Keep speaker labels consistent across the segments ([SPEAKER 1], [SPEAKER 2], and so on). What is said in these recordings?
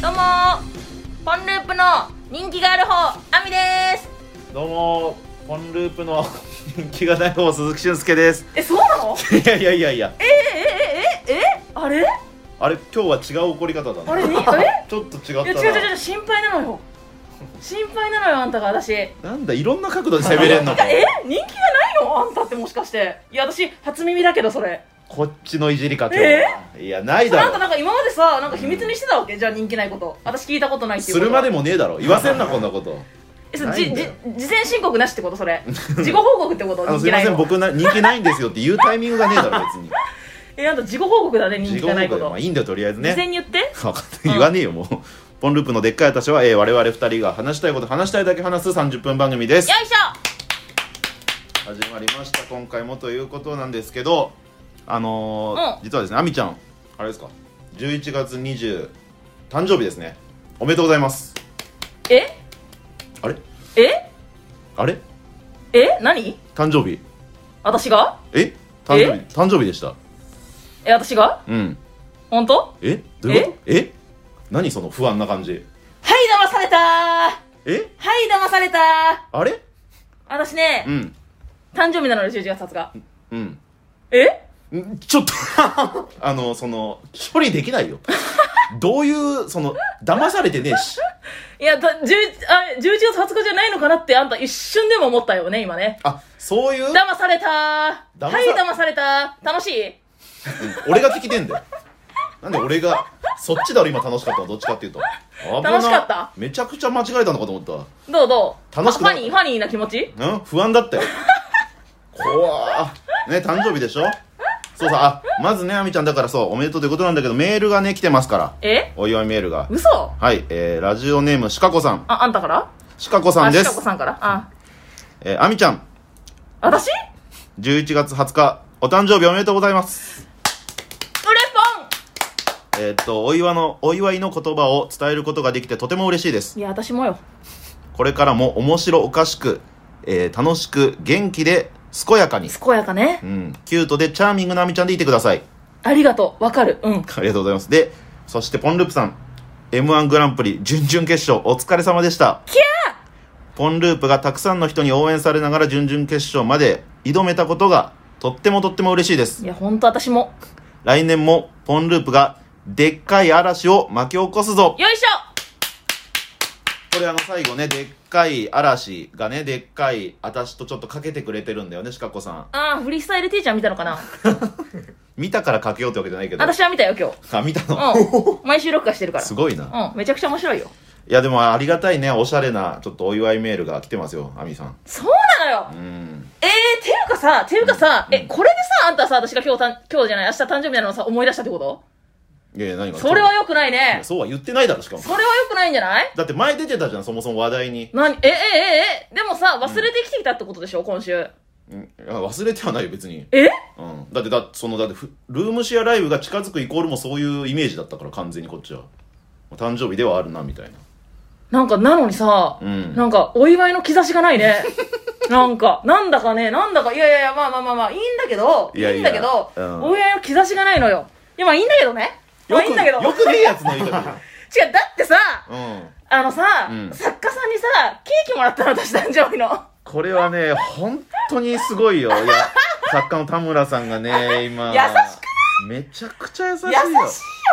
[SPEAKER 1] どうもーポンループの人気がある方アミです
[SPEAKER 2] どうもポンループの 人気がない方鈴木俊介です
[SPEAKER 1] えそうなの
[SPEAKER 2] いやいやいやいや
[SPEAKER 1] ええええええあれ
[SPEAKER 2] あれ今日は違う怒り方だ
[SPEAKER 1] あれ
[SPEAKER 2] ね
[SPEAKER 1] にえ
[SPEAKER 2] ちょっと
[SPEAKER 1] いや
[SPEAKER 2] 違っ
[SPEAKER 1] 違う
[SPEAKER 2] た
[SPEAKER 1] 違う違
[SPEAKER 2] な
[SPEAKER 1] う心配なの よ心配なのよあんたが私え
[SPEAKER 2] なんだいろんな角度で攻めれんの
[SPEAKER 1] 人
[SPEAKER 2] か
[SPEAKER 1] 気がないのあんたってもしかしていや私初耳だけどそれ
[SPEAKER 2] こっちのいじり方
[SPEAKER 1] え
[SPEAKER 2] いやない
[SPEAKER 1] それ
[SPEAKER 2] だ
[SPEAKER 1] あんた
[SPEAKER 2] ろ
[SPEAKER 1] なんか今までさなんか秘密にしてたわけじゃあ人気ないこと私聞いたことないっていうこ
[SPEAKER 2] す
[SPEAKER 1] と
[SPEAKER 2] るまで
[SPEAKER 1] も
[SPEAKER 2] もねえだろ言わ せんなこんなこと
[SPEAKER 1] えそれ
[SPEAKER 2] ない
[SPEAKER 1] じ
[SPEAKER 2] んだ
[SPEAKER 1] じ
[SPEAKER 2] よ
[SPEAKER 1] 事前申告なしってことそ れ自己報告ってこと
[SPEAKER 2] あの
[SPEAKER 1] 人
[SPEAKER 2] す
[SPEAKER 1] 気
[SPEAKER 2] い
[SPEAKER 1] な
[SPEAKER 2] ま
[SPEAKER 1] い
[SPEAKER 2] せん
[SPEAKER 1] の
[SPEAKER 2] 僕な人気ないんですよって言うタイミングがねえだろ別に
[SPEAKER 1] えあんた自己報告だね 人気がないこ
[SPEAKER 2] 自己報告でま
[SPEAKER 1] と
[SPEAKER 2] あいいんだよとりあえず
[SPEAKER 1] 事前
[SPEAKER 2] ね
[SPEAKER 1] に言って
[SPEAKER 2] 分かった 言わねえよもうポンループのでっかい私は、えー、我々二人が話したいこと話したいだけ話す30分番組です
[SPEAKER 1] よいしょ
[SPEAKER 2] 始まりました今回もということなんですけどあのー
[SPEAKER 1] うん
[SPEAKER 2] 実はですねあみちゃんあれですか11月20誕生日ですねおめでとうございます
[SPEAKER 1] え
[SPEAKER 2] あれ
[SPEAKER 1] え
[SPEAKER 2] あれ
[SPEAKER 1] え何
[SPEAKER 2] 誕生日
[SPEAKER 1] 私が
[SPEAKER 2] え誕生日誕生日でした
[SPEAKER 1] え私が
[SPEAKER 2] うん
[SPEAKER 1] 本当は
[SPEAKER 2] えどういうことえ何その不安な感じ
[SPEAKER 1] い騙されたー
[SPEAKER 2] え
[SPEAKER 1] はい騙されたー
[SPEAKER 2] あれ
[SPEAKER 1] 私ね、
[SPEAKER 2] うん
[SPEAKER 1] 誕生日なのよ11月20日
[SPEAKER 2] うん
[SPEAKER 1] え
[SPEAKER 2] んちょっと あのその処理できないよどういうその騙されてねえし
[SPEAKER 1] いやだ11あ11月20日じゃないのかなってあんた一瞬でも思ったよね今ね
[SPEAKER 2] あそういう
[SPEAKER 1] 騙されたー
[SPEAKER 2] 騙さ
[SPEAKER 1] はい騙されたー楽しい
[SPEAKER 2] うん俺が聞きてんだよなんで俺がそっちだろ今楽しかったのどっちかっていうと危な
[SPEAKER 1] 楽しかった
[SPEAKER 2] めちゃくちゃ間違えたのかと思っ
[SPEAKER 1] どうどう
[SPEAKER 2] 楽しく
[SPEAKER 1] フ
[SPEAKER 2] な
[SPEAKER 1] ァ
[SPEAKER 2] かった
[SPEAKER 1] ニーファニーな気持ち
[SPEAKER 2] たうん不安だったよ怖ーね誕生日でしょそうさあまずねあみちゃんだからそうおめでとうということなんだけどメールがね来てますから
[SPEAKER 1] え
[SPEAKER 2] お祝いメールが
[SPEAKER 1] 嘘
[SPEAKER 2] はいえー、ラジオネームシカコさん
[SPEAKER 1] ああんたから
[SPEAKER 2] シカコさん
[SPEAKER 1] あ
[SPEAKER 2] で
[SPEAKER 1] シカ
[SPEAKER 2] す
[SPEAKER 1] 子さんからあ
[SPEAKER 2] えー、あみちゃん
[SPEAKER 1] 私ウレ
[SPEAKER 2] 11月20日お誕生日おめでとうございます
[SPEAKER 1] ポン
[SPEAKER 2] えーっとお祝いのお祝いの言葉を伝えることができてとても嬉しいです
[SPEAKER 1] いや私もよ
[SPEAKER 2] これからも面白おかしく、えー楽しく元気で健やかに、
[SPEAKER 1] 健やかね
[SPEAKER 2] うん、キュートでチャーミングなあみちゃんでいてください
[SPEAKER 1] ありがとうわかるうん
[SPEAKER 2] ありがとうございますでそしてポンループさん m 1グランプリ準々決勝お疲れ様でした
[SPEAKER 1] キャー
[SPEAKER 2] ポンループがたくさんの人に応援されながら準々決勝まで挑めたことがとってもとっても嬉しいです
[SPEAKER 1] いや、ほんと私も。
[SPEAKER 2] 来年もポンループがでっかい嵐を巻き起こすぞ
[SPEAKER 1] よいし
[SPEAKER 2] これあの最後ねでっかい嵐がねでっかい私とちょっとかけてくれてるんだよねシカコさん
[SPEAKER 1] ょあー、フリースタイルティーチャー見たの かな
[SPEAKER 2] 見たからかけようってわけじゃないけど
[SPEAKER 1] 私は見たよ、今
[SPEAKER 2] あ見たの、
[SPEAKER 1] 日。 うん。毎週録画してるか
[SPEAKER 2] すごいな、い
[SPEAKER 1] ら。うん、めちゃくちゃ面白いよ。
[SPEAKER 2] やでもありがたいねおしゃれなちょっとお祝いメールが来てますよアミさん
[SPEAKER 1] そうなのよ
[SPEAKER 2] うん
[SPEAKER 1] えー、ていうかさ、ていうかさ、え、これでさ、あんたさ、私が今日たん、今日じゃない、明日誕生日なのをさ、思い出したってこと
[SPEAKER 2] いやいや何が
[SPEAKER 1] それは良くないね。
[SPEAKER 2] そうは言ってないだろしかも
[SPEAKER 1] それは良くないんじゃない
[SPEAKER 2] だって前出てたじゃんそもそも話題に
[SPEAKER 1] 何え、え、え、え、え、でもさ、忘れてきてきたってことでしょ、今週。
[SPEAKER 2] うんいや忘れてはないよ別に
[SPEAKER 1] え
[SPEAKER 2] うんだってだそのだってふルームシェアライブが近づくイコールもそういうイメージだったから完全にこっちは誕生日ではあるなみたいな
[SPEAKER 1] なんか、なのにさ、
[SPEAKER 2] うん
[SPEAKER 1] なんか、お祝いの兆しがない ね。なんか、なんだかね、なんだか、いやいやいや、まあまあまあまあ、いいんだけど、い
[SPEAKER 2] いやいや
[SPEAKER 1] んだけど、
[SPEAKER 2] うん
[SPEAKER 1] お祝いの兆しがないのよ。いや、まあいいんだけどね。まあいいんだけど。
[SPEAKER 2] よくねえやつの言い方
[SPEAKER 1] 違う、だってさ、
[SPEAKER 2] うん
[SPEAKER 1] あのさ、
[SPEAKER 2] うん
[SPEAKER 1] 作家さんにさ、ケーキもらったの、私誕生日の。
[SPEAKER 2] これはね本当にすごいよいや作家の田村さんがね今
[SPEAKER 1] 優しくな
[SPEAKER 2] めちゃくちゃ優しい
[SPEAKER 1] 優
[SPEAKER 2] よ
[SPEAKER 1] しいよ、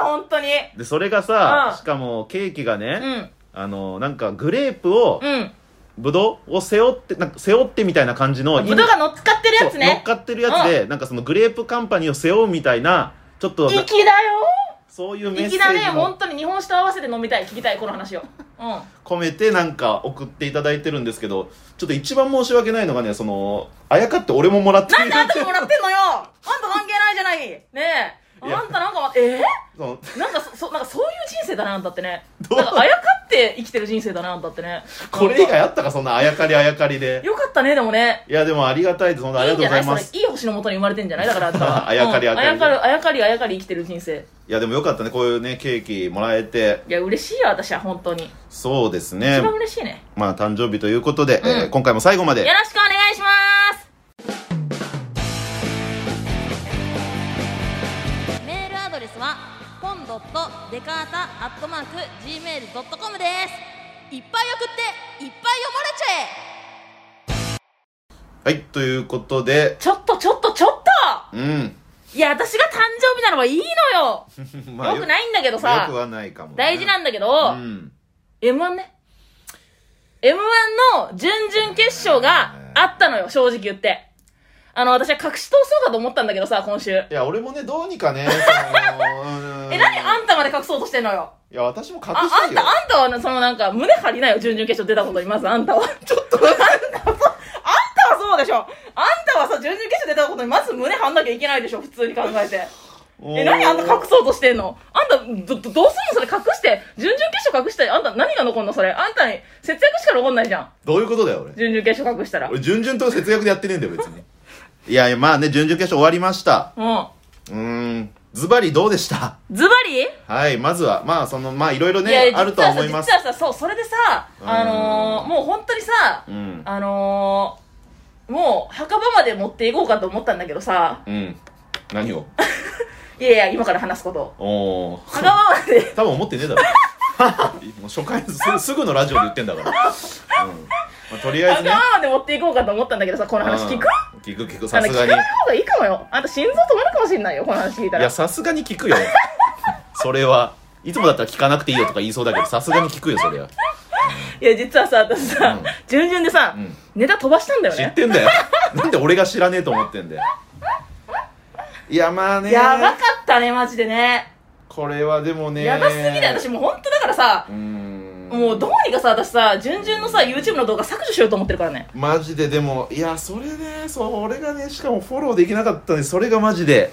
[SPEAKER 1] 本当に。
[SPEAKER 2] でそれがさ、
[SPEAKER 1] うん
[SPEAKER 2] しかもケーキがね、
[SPEAKER 1] うん、
[SPEAKER 2] あのなんかグレープを、
[SPEAKER 1] うん。
[SPEAKER 2] ぶどうを背負ってなんか背負ってみたいな感じの
[SPEAKER 1] ブドウが乗っかってるやつ
[SPEAKER 2] そう乗っ
[SPEAKER 1] ね。
[SPEAKER 2] かってるやつで、なんかそのグレープカンパニーを背負うみたいなちょっとな
[SPEAKER 1] 粋だよ
[SPEAKER 2] そういうメッセ
[SPEAKER 1] 粋だね、
[SPEAKER 2] ージ
[SPEAKER 1] 本
[SPEAKER 2] も
[SPEAKER 1] 当に日本酒と合わせて飲みたい、聞きたい、この話を。うん。
[SPEAKER 2] 込めてなんか送っていただいてるんですけどちょっと一番申し訳ないのがねそのあやかって俺ももらって
[SPEAKER 1] なん
[SPEAKER 2] る
[SPEAKER 1] であんたもらってんのよあんた関係ないじゃないねえ
[SPEAKER 2] いや
[SPEAKER 1] あんたなんか、え
[SPEAKER 2] その
[SPEAKER 1] ー、なんかそ、そなんかそういう人生だね、あんたってね。
[SPEAKER 2] どう
[SPEAKER 1] なんかあやかって生きてる人生だね、あんたってね。
[SPEAKER 2] これ以
[SPEAKER 1] なん
[SPEAKER 2] 外あったかそんなあやかりあやかり
[SPEAKER 1] か
[SPEAKER 2] で
[SPEAKER 1] よかったね、でもね。
[SPEAKER 2] いやでもありがたいです本当にあり
[SPEAKER 1] いい
[SPEAKER 2] が
[SPEAKER 1] ん
[SPEAKER 2] とう
[SPEAKER 1] じゃ
[SPEAKER 2] ご
[SPEAKER 1] な
[SPEAKER 2] ざ
[SPEAKER 1] いそれ
[SPEAKER 2] いま
[SPEAKER 1] いい
[SPEAKER 2] す、
[SPEAKER 1] 星のもとに生まれてんじゃないだからあんたは。
[SPEAKER 2] あやかり
[SPEAKER 1] うん
[SPEAKER 2] あ
[SPEAKER 1] あ
[SPEAKER 2] や
[SPEAKER 1] や
[SPEAKER 2] か
[SPEAKER 1] か
[SPEAKER 2] り
[SPEAKER 1] り、あやかり、あやかり生きてる人生。
[SPEAKER 2] いやでもよかったねこういうねケーキもらえて
[SPEAKER 1] いや、嬉しいよ、私は、本当に。
[SPEAKER 2] そうです
[SPEAKER 1] 一
[SPEAKER 2] ね
[SPEAKER 1] 番嬉しいね。
[SPEAKER 2] まあ誕生日ということで、
[SPEAKER 1] うん
[SPEAKER 2] えー今回も最後まで
[SPEAKER 1] よろしくお願いしますメールアドレスはポンドット
[SPEAKER 3] トデカータアットマーク Gmail.com ですいっぱい送っていっぱい読まれちゃえ
[SPEAKER 2] はいということで
[SPEAKER 1] ちょっとちょっとちょっと
[SPEAKER 2] うん
[SPEAKER 1] いや、私が誕生日なのはいいのよ、
[SPEAKER 2] まあ
[SPEAKER 1] よくないんだけどさ
[SPEAKER 2] よくはないかもね、
[SPEAKER 1] 大事なんだけど、
[SPEAKER 2] うん、
[SPEAKER 1] M1 ね。M1 の準々決勝があったのよ、正直言って。あの、私は隠し通そうかと思ったんだけどさ、今週。え、
[SPEAKER 2] いや俺もねどうに かねその
[SPEAKER 1] 何あんたまで隠そうとしてんのよ。
[SPEAKER 2] いや私も隠
[SPEAKER 1] あ、あ
[SPEAKER 2] し
[SPEAKER 1] ん
[SPEAKER 2] てよ
[SPEAKER 1] た、あんたはな、そのなんか、胸張りなよ、準々決勝出たことに、まずあん たは。ちょっとあんたはそう、あんたはそうでしょ。あんたはさ、準々決勝出たことに、まず胸張んなきゃいけないでしょ、普通に考えて。え、何あんた隠そうとしてんのあんた、ど、どどうすんのそれ隠して、準々決勝隠して、あんた何が残んのそれ。あんたに節約しか残んないじゃん。
[SPEAKER 2] どういうことだよ俺
[SPEAKER 1] 準々決勝隠したら。うん。
[SPEAKER 2] 俺準々と節約でやってねえんだよ別にいやいやまあね準々決勝終わりましたうーんズバリどうでした
[SPEAKER 1] ズバリ、
[SPEAKER 2] はいまずはまあそのまあいろいろ
[SPEAKER 1] いや
[SPEAKER 2] ねあるとは思います
[SPEAKER 1] 実はさ、そう、それでさ、あのー、もう本当にさ、
[SPEAKER 2] うん
[SPEAKER 1] あのー、もう墓場まで持っていこうかと思ったんだけどさ、
[SPEAKER 2] うん何を
[SPEAKER 1] いやいや、今から話すことを。
[SPEAKER 2] おお
[SPEAKER 1] 墓場まで、
[SPEAKER 2] 多分思ってねえだろ もう初回 すすぐのラジオで言ってんだから、うんまあ、とりあえ
[SPEAKER 1] 墓
[SPEAKER 2] ずね
[SPEAKER 1] 場まで持っていこうかと思ったんだけどさ、この話聞く
[SPEAKER 2] うん聞く聞く
[SPEAKER 1] あ
[SPEAKER 2] さ
[SPEAKER 1] の
[SPEAKER 2] す
[SPEAKER 1] 聞
[SPEAKER 2] が
[SPEAKER 1] か
[SPEAKER 2] に
[SPEAKER 1] ないい方がいいかもよ。あんた心臓止まるかもしれないよ、この話聞いたら。
[SPEAKER 2] やさすがに聞くよ それはいつもだったら聞かなくていいよとか言いそうだけどさすがに聞くよそれはい
[SPEAKER 1] や、実はさ、私さ、
[SPEAKER 2] うん
[SPEAKER 1] 順々でさ、
[SPEAKER 2] うん
[SPEAKER 1] ネタ飛ばしたんだよ
[SPEAKER 2] 知っ
[SPEAKER 1] ね。
[SPEAKER 2] てんだよ なんで俺が知らねえと思ってんだよいやまあね
[SPEAKER 1] やばかったね、マジでね。
[SPEAKER 2] これはでもね
[SPEAKER 1] やばすぎだよ、私もう本当だからさ
[SPEAKER 2] う、ーん
[SPEAKER 1] もうどうにかさ、私さ、順々のさ、YouTube の動画削除しようと思ってるからね。
[SPEAKER 2] マジででもいやそれねそれがねしかもフォローできなかったんでそれがマジで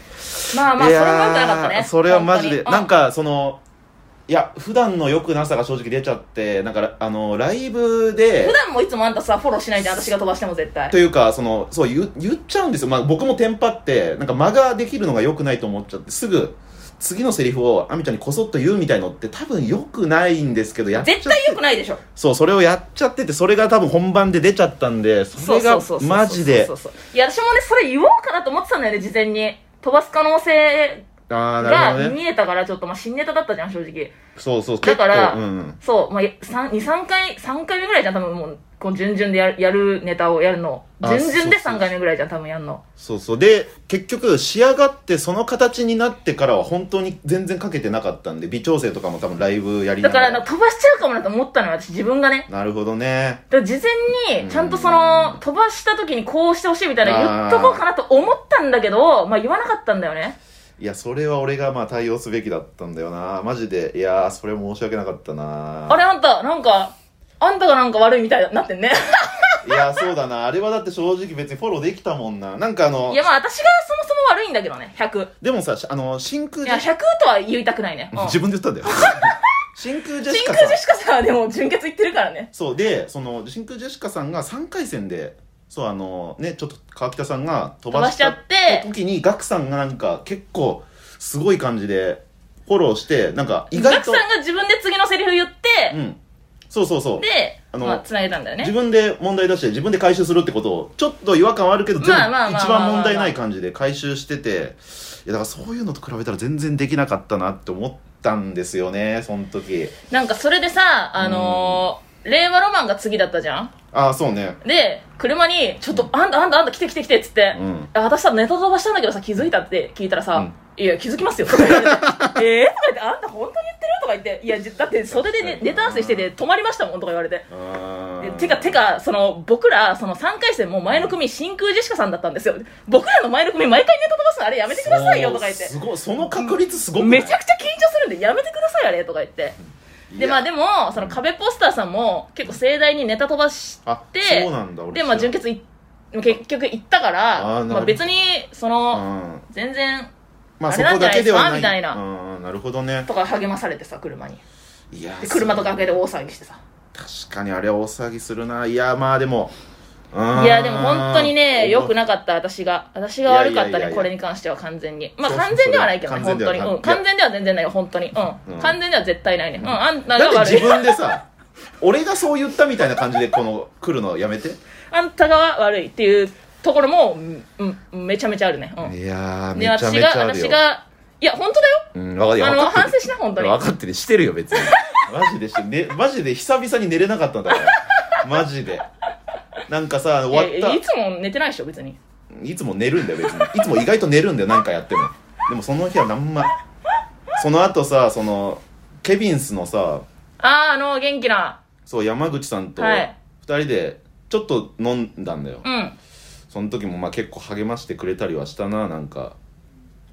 [SPEAKER 1] まあまあ、そ
[SPEAKER 2] い
[SPEAKER 1] れ
[SPEAKER 2] やー
[SPEAKER 1] も良くなかったね。
[SPEAKER 2] それはマジで
[SPEAKER 1] 本当に
[SPEAKER 2] なん、かそのいや普段の良くなさが正直出ちゃってなんかあのライブ
[SPEAKER 1] うん
[SPEAKER 2] で
[SPEAKER 1] 普段もいつもあんたさ、フォローしないで私が飛ばしても絶対
[SPEAKER 2] と。いうかそのそう言う言っちゃうんですよ、まあ、僕もテンパってなんか間ができるのが良くないと思っちゃってすぐ次のセリフをあみちゃんにこそっと言うみたいのって多分良くないんですけどやっちゃって
[SPEAKER 1] 絶対良くないでしょ。
[SPEAKER 2] そうそれをやっちゃっててそれが多分本番で出ちゃったんでそ
[SPEAKER 1] そう
[SPEAKER 2] れ
[SPEAKER 1] そ
[SPEAKER 2] が
[SPEAKER 1] うそうそう。
[SPEAKER 2] マジで
[SPEAKER 1] そうそうそういや、私もね、それ言おうかなと思ってたんだよね、事前に。飛ばす可能性
[SPEAKER 2] ああなるほ
[SPEAKER 1] が
[SPEAKER 2] どね
[SPEAKER 1] 見えたから、ちょっと、まあ、新ネタだったじゃん、正直。
[SPEAKER 2] そうそう
[SPEAKER 1] だから
[SPEAKER 2] 結構うん
[SPEAKER 1] そう、まあ、23回3回目ぐらいじゃん多分もうこの順々でやるやるネタをやるの
[SPEAKER 2] あ
[SPEAKER 1] 順々で
[SPEAKER 2] そうそう
[SPEAKER 1] 3回目ぐらいじゃん多分やるの
[SPEAKER 2] そうそうで結局仕上がってその形になってからは本当に全然かけてなかったんで微調整とかも多分ライブやりな
[SPEAKER 1] だか
[SPEAKER 2] が
[SPEAKER 1] ら
[SPEAKER 2] ら
[SPEAKER 1] なんか飛ばしちゃうかもなと思ったのよ私自分がね
[SPEAKER 2] なるほどね
[SPEAKER 1] だから事前にちゃんとその飛ばした時にこうしてほしいみたいな言っとこうかなと思ったんだけどまあ言わなかったんだよね
[SPEAKER 2] いやそれは俺がまあ対応すべきだったんだよなマジでいやーそれ申し訳なかったな
[SPEAKER 1] あれあんたなんかあんたがなんか悪いみたいになってんね
[SPEAKER 2] いやそうだなあれはだって正直別にフォローできたもんななんかあの
[SPEAKER 1] いやまあ私がそもそも悪いんだけどね100
[SPEAKER 2] でもさあの真
[SPEAKER 1] い
[SPEAKER 2] 空ジ
[SPEAKER 1] や
[SPEAKER 2] ェシ
[SPEAKER 1] 100とは言いたくないね、うん、
[SPEAKER 2] カ自分で言ったん だよ真空ジェシ
[SPEAKER 1] 真
[SPEAKER 2] カ
[SPEAKER 1] 空
[SPEAKER 2] さん
[SPEAKER 1] ジェシカさんはでも純潔いってるからね
[SPEAKER 2] そうでその真空ジェシカさんが3回戦でそうあのねちょっと川北さんが飛ばしちゃっ
[SPEAKER 1] 飛ばしちゃって
[SPEAKER 2] た時にガクさんがなんか結構すごい感じでフォローしてなんか意
[SPEAKER 1] ガ
[SPEAKER 2] 外
[SPEAKER 1] ク
[SPEAKER 2] と
[SPEAKER 1] さんが自分で次のセリフ言って、
[SPEAKER 2] うんそうそうそう
[SPEAKER 1] で、
[SPEAKER 2] あの
[SPEAKER 1] まあ、つなげたんだよ
[SPEAKER 2] 自
[SPEAKER 1] ね。
[SPEAKER 2] 分で問題出して自分で回収するってことをちょっと違和感はあるけど全部
[SPEAKER 1] まあまあまあまあ
[SPEAKER 2] 一番問題ない感じで回収してていやだからそういうのと比べたら全然できなかったなって思ったんですよねその時
[SPEAKER 1] なんかそれでさ、あのー令和ロマンが次だったじゃん
[SPEAKER 2] ああそうね
[SPEAKER 1] で、車に、ちょっと、あんたあんたあんた来て来て来てっつって、
[SPEAKER 2] うん
[SPEAKER 1] あ私さ、ネタ飛ばしたんだけどさ、気づいたって聞いたらさ、
[SPEAKER 2] うん
[SPEAKER 1] いや、気づきますよ。 とか言われてえーとか言って、あんた本当に言ってるとか言って、いや、じだって袖で、ね、ネタ合わせしてて止まりましたもんとか言われて。
[SPEAKER 2] あ
[SPEAKER 1] で
[SPEAKER 2] ー
[SPEAKER 1] てか、てか、その、僕ら、その3回戦も前の組、真空ジェシカさんだったんですよ。僕らの前の組、毎回ネタ飛ばすのあれやめてくださいよとか言って
[SPEAKER 2] そう。すごいその確率すごくない
[SPEAKER 1] めちゃくちゃ緊張するんでやめてくださいあれとか言って
[SPEAKER 2] い
[SPEAKER 1] で
[SPEAKER 2] や
[SPEAKER 1] まあでもその壁ポスターさんも結構盛大にネタ飛ばし
[SPEAKER 2] あ
[SPEAKER 1] て
[SPEAKER 2] そうなんだ俺
[SPEAKER 1] でまあ
[SPEAKER 2] 知ら
[SPEAKER 1] 純
[SPEAKER 2] な
[SPEAKER 1] 潔い結局行ったから
[SPEAKER 2] あーなるほど
[SPEAKER 1] まあ、別にその、
[SPEAKER 2] うん
[SPEAKER 1] 全然
[SPEAKER 2] まあ
[SPEAKER 1] あ
[SPEAKER 2] そ
[SPEAKER 1] れなん
[SPEAKER 2] こ
[SPEAKER 1] じゃ
[SPEAKER 2] だ
[SPEAKER 1] ない
[SPEAKER 2] け
[SPEAKER 1] で
[SPEAKER 2] です
[SPEAKER 1] か
[SPEAKER 2] はない
[SPEAKER 1] みたいな
[SPEAKER 2] うんなるほどね
[SPEAKER 1] とか励まされてさ車に
[SPEAKER 2] いや
[SPEAKER 1] で車とか
[SPEAKER 2] そう
[SPEAKER 1] 開けて大騒ぎしてさ
[SPEAKER 2] 確かにあれは大騒ぎするないやまあでもい
[SPEAKER 1] いやでも本当にね良く
[SPEAKER 2] な
[SPEAKER 1] なかった私が私が悪かったね
[SPEAKER 2] いやいやいやいや
[SPEAKER 1] これに関しては完全にまあ
[SPEAKER 2] そうそう
[SPEAKER 1] 完全ではないけどね
[SPEAKER 2] それ
[SPEAKER 1] 本当にうん完
[SPEAKER 2] 完全ではない
[SPEAKER 1] 全では全然ないよ本当にうん、
[SPEAKER 2] うん
[SPEAKER 1] 完全では絶対ないねうんあんたが
[SPEAKER 2] だって
[SPEAKER 1] 悪い
[SPEAKER 2] 自分でさ俺がそう言ったみたいな感じでこの来るのやめて
[SPEAKER 1] あんたが悪いっていうところも、うんうん、めちゃめちゃあるね。うん、
[SPEAKER 2] いやー
[SPEAKER 1] で、
[SPEAKER 2] めちゃ
[SPEAKER 1] 私
[SPEAKER 2] めち
[SPEAKER 1] が、
[SPEAKER 2] ゃある
[SPEAKER 1] 私
[SPEAKER 2] よ
[SPEAKER 1] がいや本当だよ
[SPEAKER 2] うん、わかいや
[SPEAKER 1] あ
[SPEAKER 2] 分
[SPEAKER 1] の
[SPEAKER 2] かってる
[SPEAKER 1] 反省しな本当に
[SPEAKER 2] 分かってるしてるよ別に マジでしてねマジで久々に寝れなかったんだからマジでなんかさ終わ
[SPEAKER 1] い
[SPEAKER 2] っ
[SPEAKER 1] や
[SPEAKER 2] た
[SPEAKER 1] いつも寝てないでしょ別に
[SPEAKER 2] いつも寝るんだよ別にいつも意外と寝るんだよ何かやってもでもその日は何まその後さそのケビンスのさ
[SPEAKER 1] あああの元気な
[SPEAKER 2] そう山口さんと
[SPEAKER 1] は
[SPEAKER 2] 2
[SPEAKER 1] い
[SPEAKER 2] 人でちょっと飲んだんだよ、
[SPEAKER 1] うん
[SPEAKER 2] その時もまあ結構励ましてくれたりはしたななんか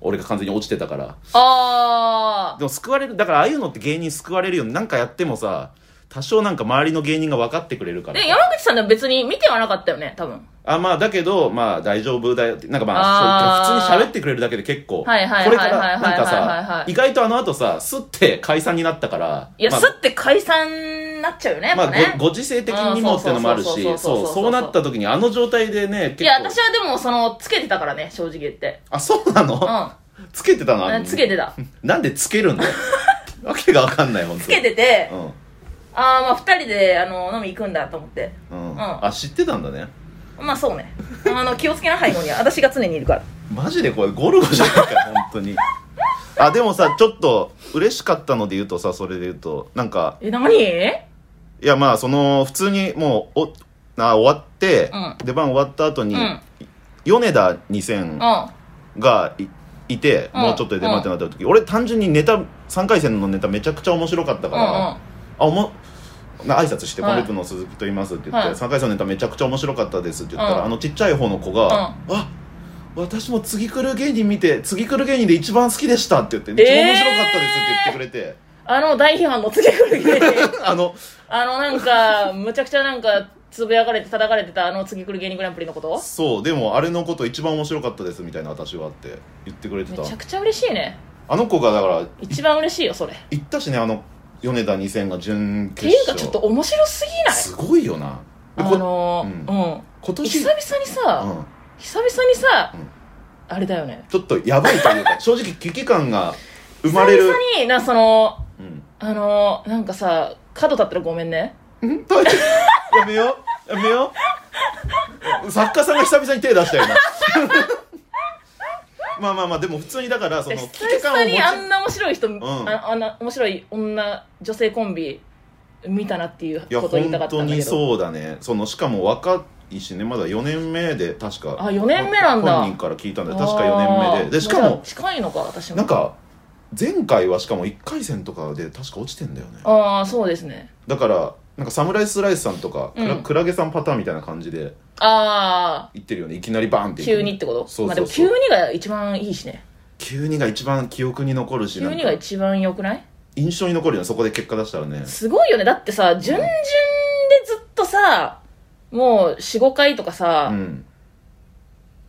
[SPEAKER 2] 俺が完全に落ちてたから
[SPEAKER 1] ああ
[SPEAKER 2] でも救われるだからああいうのって芸人救われるよねなんかやってもさ多少なんか周りの芸人が分かってくれるから
[SPEAKER 1] で山口さんでも別に見てはなかったよね多分
[SPEAKER 2] あまあだけどまあ大丈夫だよってなんかま
[SPEAKER 1] あ
[SPEAKER 2] あ
[SPEAKER 1] ー
[SPEAKER 2] そう普通に喋ってくれるだけで結構こ
[SPEAKER 1] はい
[SPEAKER 2] れか
[SPEAKER 1] はいはいはいはい
[SPEAKER 2] らなんか
[SPEAKER 1] はいはいは
[SPEAKER 2] さ
[SPEAKER 1] い
[SPEAKER 2] 意外とあの後さすって解散になったから
[SPEAKER 1] いや、
[SPEAKER 2] まあ
[SPEAKER 1] すって解散になっちゃうよねやっ
[SPEAKER 2] ま
[SPEAKER 1] ぱ
[SPEAKER 2] あ
[SPEAKER 1] ね、
[SPEAKER 2] ごご時世的にもっていうのもあるし
[SPEAKER 1] う
[SPEAKER 2] そ
[SPEAKER 1] んそう
[SPEAKER 2] う
[SPEAKER 1] そうそうそうそう
[SPEAKER 2] そうなった時にあの状態でね結構
[SPEAKER 1] いや私はでもそのつけてたからね正直言って
[SPEAKER 2] あそうなの、
[SPEAKER 1] う
[SPEAKER 2] つけてたのあ
[SPEAKER 1] ん
[SPEAKER 2] の
[SPEAKER 1] つけてた
[SPEAKER 2] なんでつけるんだよわけがわかんない本当に
[SPEAKER 1] つけてて
[SPEAKER 2] うん
[SPEAKER 1] ああまあ2人であの飲み行くんだと思って
[SPEAKER 2] うん、
[SPEAKER 1] ん
[SPEAKER 2] あ知ってたんだね
[SPEAKER 1] まあそうねあの気をつけな背後には私が常にいるから
[SPEAKER 2] マジでこれゴルゴじゃないかよ本当にあでもさちょっと嬉しかったので言うとさそれで言うとなんか
[SPEAKER 1] え何
[SPEAKER 2] いやまあその普通にもうおあ終わって、
[SPEAKER 1] う
[SPEAKER 2] 出番終わった後に、
[SPEAKER 1] うん
[SPEAKER 2] 米田
[SPEAKER 1] うん
[SPEAKER 2] 2000
[SPEAKER 1] あ
[SPEAKER 2] がいいて、
[SPEAKER 1] うん
[SPEAKER 2] もうちょっとで出番ってなった時、俺単純にネタ3回戦のネタめちゃくちゃ面白かったから、あおもな挨拶して「
[SPEAKER 1] はい
[SPEAKER 2] コルプの鈴木と言います」って言って、
[SPEAKER 1] はい
[SPEAKER 2] 3回戦のネタめちゃくちゃ面白かったです」って言ったら、
[SPEAKER 1] うん
[SPEAKER 2] あのちっちゃい方の子が「あ私も次来る芸人見て次来る芸人で一番好きでした」って言って「一番面白かったです」って言ってくれて、
[SPEAKER 1] あの大批判の次来る芸人
[SPEAKER 2] あの
[SPEAKER 1] あのなんかむちゃくちゃなんかつぶやかれて叩かれてたあの次来る芸人グランプリのこと
[SPEAKER 2] そうでもあれのこと一番面白かったですみたいな私はって言ってくれて
[SPEAKER 1] め
[SPEAKER 2] た
[SPEAKER 1] ちゃくちゃ嬉しいね
[SPEAKER 2] あの子がだから
[SPEAKER 1] 一番嬉しいよそれっ
[SPEAKER 2] 行ったしねあの米田2000が準
[SPEAKER 1] てい
[SPEAKER 2] 決
[SPEAKER 1] う
[SPEAKER 2] 勝
[SPEAKER 1] かちょっと面白すぎない
[SPEAKER 2] すごいよな
[SPEAKER 1] あ
[SPEAKER 2] でこ
[SPEAKER 1] のーう
[SPEAKER 2] う
[SPEAKER 1] ん、
[SPEAKER 2] 今
[SPEAKER 1] 久
[SPEAKER 2] 年、
[SPEAKER 1] 々にさ、
[SPEAKER 2] うん、
[SPEAKER 1] 久々にさ、
[SPEAKER 2] うん
[SPEAKER 1] あれだよね
[SPEAKER 2] ちょっとやばいというか正直危機感が生まれる
[SPEAKER 1] 久々になその
[SPEAKER 2] うん
[SPEAKER 1] あのーなんかさ角立ったらごめんね
[SPEAKER 2] うんと やめようやめよう作家さんが久々に手出したよな まあまあまあでも普通にだからそ
[SPEAKER 1] 久
[SPEAKER 2] の危機感を
[SPEAKER 1] 々
[SPEAKER 2] 持ち
[SPEAKER 1] にあんな面白い人、
[SPEAKER 2] ん
[SPEAKER 1] ああんな面白い女女性コンビ見たなっていう
[SPEAKER 2] いや
[SPEAKER 1] ことを言いたか
[SPEAKER 2] 本
[SPEAKER 1] った
[SPEAKER 2] 当
[SPEAKER 1] んだけ
[SPEAKER 2] に
[SPEAKER 1] ど
[SPEAKER 2] そうだねそのしかも若いしねまだ4年目で確か
[SPEAKER 1] あ4年目なんだ
[SPEAKER 2] 本人から聞いたんだよ確か4年目ででしか
[SPEAKER 1] あーじゃあ
[SPEAKER 2] も
[SPEAKER 1] 近いのか私も
[SPEAKER 2] なんか前回はしかも1回戦とかで確か落ちてんだよね
[SPEAKER 1] ああそうですね
[SPEAKER 2] だからなんかサムライスライスさんとか、
[SPEAKER 1] うん
[SPEAKER 2] クラクラゲさんパターンみたいな感じで
[SPEAKER 1] あ
[SPEAKER 2] いってるよねいきなりバーンっ
[SPEAKER 1] あ
[SPEAKER 2] ていく
[SPEAKER 1] 急にってこと
[SPEAKER 2] そうそうそう
[SPEAKER 1] まあでも急にが一番いいしね
[SPEAKER 2] 急にが一番記憶に残るし
[SPEAKER 1] 急
[SPEAKER 2] なん
[SPEAKER 1] に
[SPEAKER 2] か
[SPEAKER 1] が一番良くない
[SPEAKER 2] 印象に残るよねそこで結果出したらね
[SPEAKER 1] すごいよねだってさ順々でずっとさもう45回とか
[SPEAKER 2] う
[SPEAKER 1] さ、
[SPEAKER 2] ん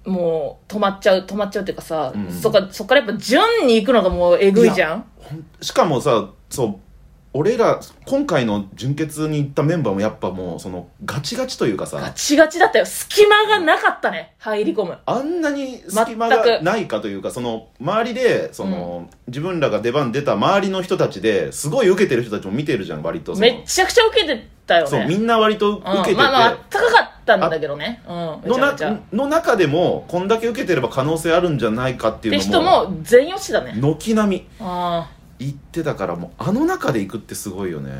[SPEAKER 1] もう止まっちゃう止まっちゃうっていうかさ、
[SPEAKER 2] うん
[SPEAKER 1] そっかそっからやっぱ順に行くのがもうえぐいじゃん
[SPEAKER 2] ほんしかもさそう俺ら今回の準決に行ったメンバーもやっぱもうそのガチガチというか
[SPEAKER 1] ガ
[SPEAKER 2] さ
[SPEAKER 1] チガチだったよ隙間がなかったね入り込む
[SPEAKER 2] あんなに隙間
[SPEAKER 1] 全
[SPEAKER 2] が
[SPEAKER 1] く
[SPEAKER 2] ないかというかその周りでその、自分らが出番出た周りの人たちですごい受けてる人たちも見てるじゃん割とその
[SPEAKER 1] めっちゃくちゃ受けてたよね
[SPEAKER 2] そうみんな割と受けてて、
[SPEAKER 1] うん、まあまああったかかったんだけどねうんめ
[SPEAKER 2] の
[SPEAKER 1] ちゃめちゃ
[SPEAKER 2] な
[SPEAKER 1] っ
[SPEAKER 2] の中でもこんだけ受けてれば可能性あるんじゃないかってい
[SPEAKER 1] て
[SPEAKER 2] う
[SPEAKER 1] 人
[SPEAKER 2] のも
[SPEAKER 1] も全員落ちてたね
[SPEAKER 2] 軒並み
[SPEAKER 1] ああ
[SPEAKER 2] 言ってたからもうあの中で行くってすごいよね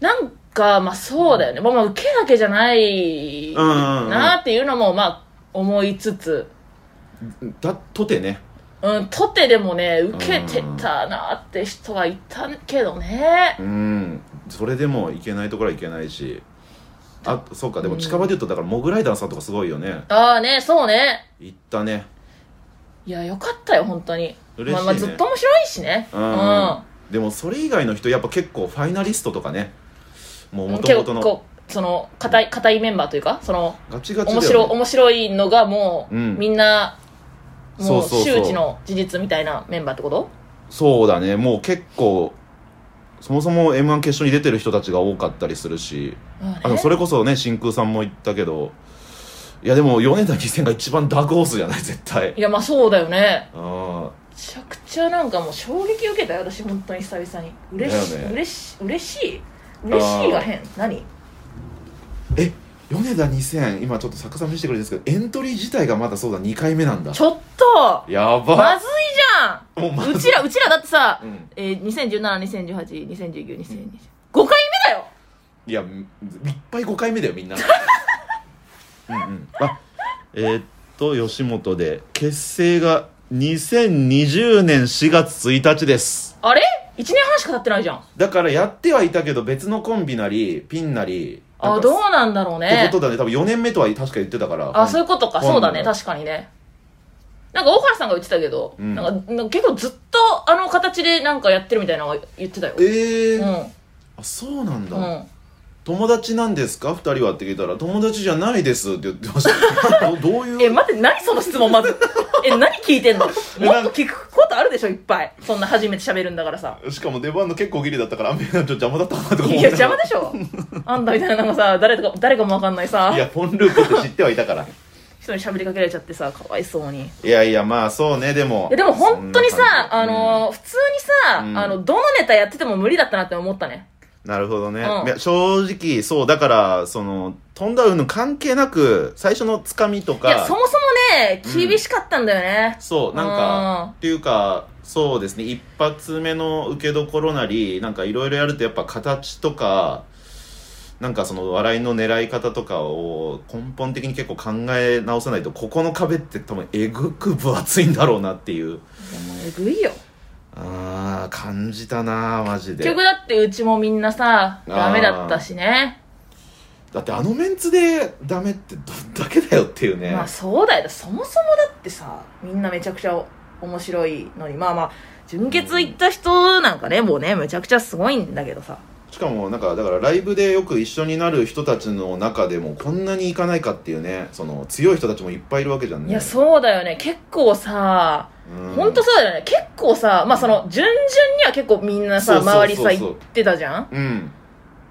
[SPEAKER 1] なんかまあそうだよねまあまあ受けだけじゃない
[SPEAKER 2] うんうんうん
[SPEAKER 1] なっていうのもまあ思いつつ
[SPEAKER 2] だとてね
[SPEAKER 1] うん、とてでもね、受けてたなって人はいたけどね
[SPEAKER 2] う。んそれでも行けないところは行けないしあそうかでも近場で言うとだからモグライダーさんとかすごいよね
[SPEAKER 1] ああね、そうね。
[SPEAKER 2] 行ったね
[SPEAKER 1] いや、よかったよ、本当に。
[SPEAKER 2] 嬉しいね
[SPEAKER 1] まあまあ、ずっと面白いしね。
[SPEAKER 2] うん、でもそれ以外の人やっぱ結構ファイナリストとかねもう
[SPEAKER 1] うん。
[SPEAKER 2] 元
[SPEAKER 1] 結
[SPEAKER 2] 々の
[SPEAKER 1] 構、その、硬い、硬いメンバーというか、その、
[SPEAKER 2] ガチガチだよ、
[SPEAKER 1] 面
[SPEAKER 2] ね、
[SPEAKER 1] 白い、面白いのがもう、
[SPEAKER 2] うん
[SPEAKER 1] みんな、もう、
[SPEAKER 2] そうそうそう
[SPEAKER 1] 周知の事実みたいなメンバーってこと
[SPEAKER 2] そうだねもう結構そもそも m 1決勝に出てる人たちが多かったりするし
[SPEAKER 1] あ
[SPEAKER 2] あのそれこそね真空さんも言ったけどいやでも米田2戦が一番ダークホースじゃない絶対
[SPEAKER 1] いや、まあそうだよね。
[SPEAKER 2] あ
[SPEAKER 1] めちゃくちゃなんかもう衝撃受けたよ、私、本当に久々に。嬉しい、
[SPEAKER 2] だよね
[SPEAKER 1] 嬉しい、嬉しい。嬉しいが変。何
[SPEAKER 2] え米田2戦今ちょっと作家さん見せてくれてるんですけどエントリー自体がまだそうだ2回目なんだ
[SPEAKER 1] ちょっと
[SPEAKER 2] やば
[SPEAKER 1] まずいじゃな
[SPEAKER 2] もうまず
[SPEAKER 1] うちらうちらだってさ、
[SPEAKER 2] うん
[SPEAKER 1] えー、2017201820192020 5回目だよ
[SPEAKER 2] いやんいっぱい5回目だよみ んなうんうんあえーっと吉本で結成が2020年4月1日です
[SPEAKER 1] あれ1年半しか経ってないじゃん
[SPEAKER 2] だからやってはいたけど別のコンビなりピンなりなん
[SPEAKER 1] あ
[SPEAKER 2] か
[SPEAKER 1] どうなんだろう
[SPEAKER 2] って
[SPEAKER 1] ね
[SPEAKER 2] ことだね多分4年目とは確か言ってたから
[SPEAKER 1] あそういうことか
[SPEAKER 2] 本
[SPEAKER 1] そうだね
[SPEAKER 2] 本
[SPEAKER 1] 確かにねなんか大原さんが言ってたけど、
[SPEAKER 2] うん
[SPEAKER 1] なんかなんか結構ずっとあの形でなんかやってるみたいなのは言ってたよ
[SPEAKER 2] え
[SPEAKER 1] う
[SPEAKER 2] ー
[SPEAKER 1] ん
[SPEAKER 2] あそうなんだ、
[SPEAKER 1] うん
[SPEAKER 2] 友達なんですか2人はって聞いたら友達じゃないですって言ってました どどういう
[SPEAKER 1] え待って何その質問ま ずえ何聞いてんのもっと聞くことあるでしょいっぱいそんな初めて喋るんだからさ
[SPEAKER 2] しかも出番の結構ギリだったから、あんまりちょっと邪魔だったかなとか
[SPEAKER 1] い
[SPEAKER 2] 思
[SPEAKER 1] や
[SPEAKER 2] って。
[SPEAKER 1] 邪魔でしょあんたみたいななんかさ誰とか誰かもわかんないさ
[SPEAKER 2] いや、フォンループって知ってはいたから。
[SPEAKER 1] 人に喋りかけられちゃってさかわいそうにい
[SPEAKER 2] いやいや、まあそうね、でも。
[SPEAKER 1] やでも本当に
[SPEAKER 2] そんな
[SPEAKER 1] さあ
[SPEAKER 2] 感じ
[SPEAKER 1] のー普通にさ、
[SPEAKER 2] うん
[SPEAKER 1] あのどのネタやってても無理だったなって思ったね
[SPEAKER 2] うんなるほどね。
[SPEAKER 1] うん
[SPEAKER 2] いや正直、そう、だから、その、飛んだうんぬん関係なく、最初のつかみと
[SPEAKER 1] いや
[SPEAKER 2] か
[SPEAKER 1] そ、もそもね厳しかったんだよね、
[SPEAKER 2] そう、なん
[SPEAKER 1] うん
[SPEAKER 2] か、っていうか、そうですね、一発目の受けどころなり、なんかいろいろやると、やっぱ形とか、なんかその笑いの狙い方とかを根本的に結構考え直さないと、ここの壁って多分えぐく分厚いんだろうなっていう。
[SPEAKER 1] いやもうえぐいよ
[SPEAKER 2] あー感じたなマジで
[SPEAKER 1] 結局だってうちもみんなさ
[SPEAKER 2] ー
[SPEAKER 1] ダメだったしね
[SPEAKER 2] だってあのメンツでダメってどんだけだよっていうね、
[SPEAKER 1] まあそうだよそもそもだってさみんなめちゃくちゃ面白いのにまあまあ純潔行った人なんかねもうねめちゃくちゃすごいんだけどさ
[SPEAKER 2] しかもなんかだからライブでよく一緒になる人たちの中でもこんなにいかないかっていうねその強い人たちもいっぱいいるわけじゃんね
[SPEAKER 1] いやそうだよね結構さ
[SPEAKER 2] うん
[SPEAKER 1] 本当そうだよね結構さまあその順々には結構みんなさ
[SPEAKER 2] そうそうそうそう
[SPEAKER 1] 周りさ行ってたじゃん
[SPEAKER 2] うん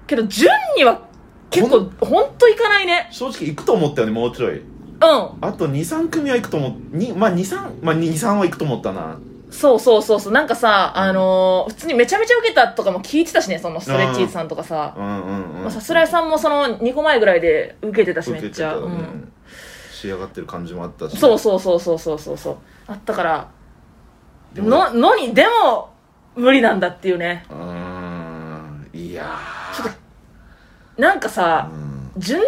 [SPEAKER 1] けど順には結構本当行かないね
[SPEAKER 2] 正直行くと思ったよねもうちょい
[SPEAKER 1] うん
[SPEAKER 2] あと23組は行くと思っにまあ23まあ23は行くと思ったな
[SPEAKER 1] そうそうそうそうなんかさあのー普通にめちゃめちゃ受けたとかも聞いてたしねそのストレッチーズさんとかさ
[SPEAKER 2] うんうんうん
[SPEAKER 1] まあさすらいさんもその2個前ぐらいで受けてたしめ
[SPEAKER 2] 受
[SPEAKER 1] っ
[SPEAKER 2] け
[SPEAKER 1] ち
[SPEAKER 2] て
[SPEAKER 1] ゃ
[SPEAKER 2] たね、
[SPEAKER 1] うん
[SPEAKER 2] 仕上がってる感じもあったし
[SPEAKER 1] そうそうそうそうそうそうそうあったから
[SPEAKER 2] でも
[SPEAKER 1] ののにでも無理なんだっていうね
[SPEAKER 2] うーんいやー
[SPEAKER 1] なんかさ、
[SPEAKER 2] うん
[SPEAKER 1] 順々